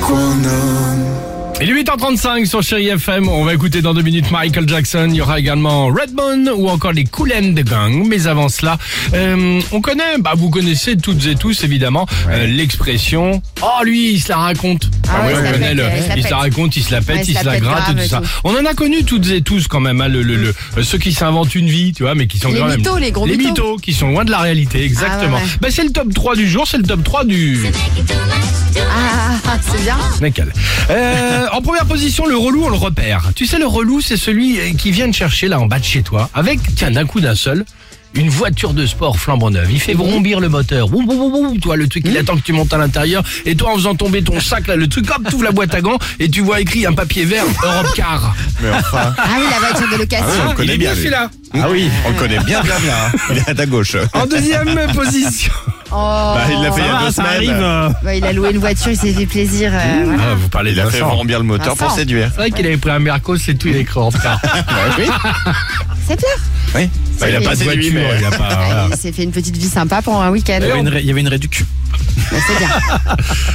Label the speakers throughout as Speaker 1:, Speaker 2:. Speaker 1: qu'on nomme.
Speaker 2: Il est 8h35 sur Chéri FM, on va écouter dans deux minutes Michael Jackson, il y aura également Redbone ou encore les Cool and the Gang, mais avant cela, euh, on connaît, bah vous connaissez toutes et tous évidemment euh, l'expression « Oh lui, il se la raconte
Speaker 3: Ah ouais,
Speaker 2: on
Speaker 3: il se la
Speaker 2: connaît
Speaker 3: pète,
Speaker 2: le-
Speaker 3: euh, il se la
Speaker 2: il se la
Speaker 3: pète.
Speaker 2: raconte, il se la pète,
Speaker 3: Ouais, il se
Speaker 2: il
Speaker 3: la
Speaker 2: se la
Speaker 3: pète
Speaker 2: gratte et
Speaker 3: grave
Speaker 2: tout
Speaker 3: et
Speaker 2: ça.
Speaker 3: tout.
Speaker 2: On en a connu toutes et tous quand même, hein, le, le- le- euh, ceux qui s'inventent une vie, tu vois, mais qui sont
Speaker 3: Les
Speaker 2: quand même...
Speaker 3: mythos, les gros
Speaker 2: les mythos.
Speaker 3: mythos. Ah
Speaker 2: qui sont loin de la réalité, exactement.
Speaker 3: ouais.
Speaker 2: Bah, c'est le top 3 du jour, c'est le top 3 du...
Speaker 3: Ah, c'est bien.
Speaker 2: Nickel. Euh, en première position, le relou, on le repère. Tu sais, le relou, c'est celui euh, qui vient te chercher là en bas de chez toi, avec, tiens, d'un coup d'un seul, une voiture de sport flambant neuve. Il fait vrombir le moteur. Boum, boum, boum, boum, toi, le truc, il attend que tu montes à l'intérieur. Et toi, en faisant tomber ton sac, là, le truc, hop, t'ouvres la boîte à gants et tu vois écrit un papier vert Europe Car.
Speaker 3: Ah oui, la voiture de location.
Speaker 4: Ah
Speaker 2: Ah,
Speaker 4: connaît
Speaker 2: il est
Speaker 4: bien,
Speaker 2: bien,
Speaker 4: lui.
Speaker 2: celui-là.
Speaker 4: Ah oui, on le connaît bien, bien, bien. Oh, Il est à ta gauche.
Speaker 2: En deuxième position. Ah
Speaker 3: Oh.
Speaker 4: Bah, il l'a fait il y a deux semaines.
Speaker 3: Bah, il a loué une voiture, il s'est fait plaisir. euh, voilà.
Speaker 2: Ah, vous parlez
Speaker 4: Il a fait
Speaker 2: Vincent.
Speaker 4: vraiment bien le moteur pour
Speaker 3: Vincent.
Speaker 4: séduire.
Speaker 2: C'est vrai qu'il avait pris un Mercos et tout, il a écrit Europe Car.
Speaker 4: oui.
Speaker 3: C'est clair.
Speaker 4: Oui.
Speaker 3: Bah, il a pas de
Speaker 4: séduit, mais-
Speaker 2: il a pas. Ah, voilà.
Speaker 3: Il s'est fait une petite vie sympa pendant un week-end.
Speaker 5: réduction.
Speaker 3: Bah, c'est bien.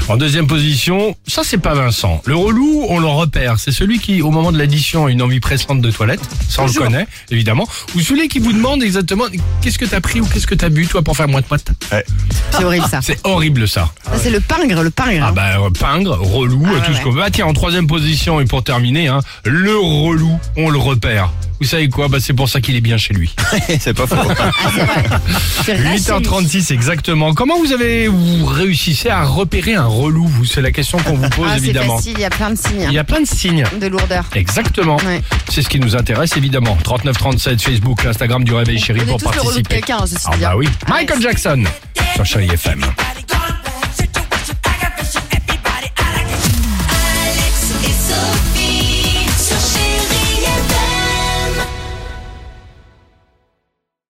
Speaker 2: En deuxième position, ça c'est pas Vincent. Le relou, on le repère. C'est celui qui, au moment de l'addition, a une envie pressante de toilette. Ça on le connaît, évidemment. Ou celui qui vous demande exactement qu'est-ce que t'as pris ou qu'est-ce que t'as bu, toi, pour faire moite-moite.
Speaker 3: C'est horrible ça.
Speaker 2: C'est horrible ça.
Speaker 3: Ça, C'est le pingre, le pingre.
Speaker 2: Ah
Speaker 3: hein.
Speaker 2: bah, euh, pingre, relou,
Speaker 3: Ah
Speaker 2: euh, tout
Speaker 3: ouais,
Speaker 2: ce qu'on veut. Ah tiens, en troisième position, et pour terminer, hein, le relou, on le repère. Vous savez quoi Bah c'est pour ça qu'il est bien chez lui.
Speaker 4: C'est pas faux.
Speaker 3: Ah, c'est vrai. Je suis rassurée.
Speaker 2: 8h36 exactement. Comment vous avez vous réussissez à repérer un relou vous C'est la question qu'on vous pose
Speaker 3: Ah, c'est
Speaker 2: évidemment.
Speaker 3: facile, il y a plein de signes
Speaker 2: Il y a Eh, plein de signes.
Speaker 3: hein, de lourdeur.
Speaker 2: Exactement.
Speaker 3: Ouais.
Speaker 2: C'est ce qui nous intéresse évidemment. 3937 Facebook, l'Instagram du Réveil Chéri
Speaker 3: On est
Speaker 2: pour
Speaker 3: tous le relou de
Speaker 2: participer.
Speaker 3: quelqu'un, ceci
Speaker 2: Ah
Speaker 3: dit,
Speaker 2: bah
Speaker 3: hein.
Speaker 2: oui.
Speaker 3: Ah,
Speaker 2: Michael Jackson sur Chéri FM.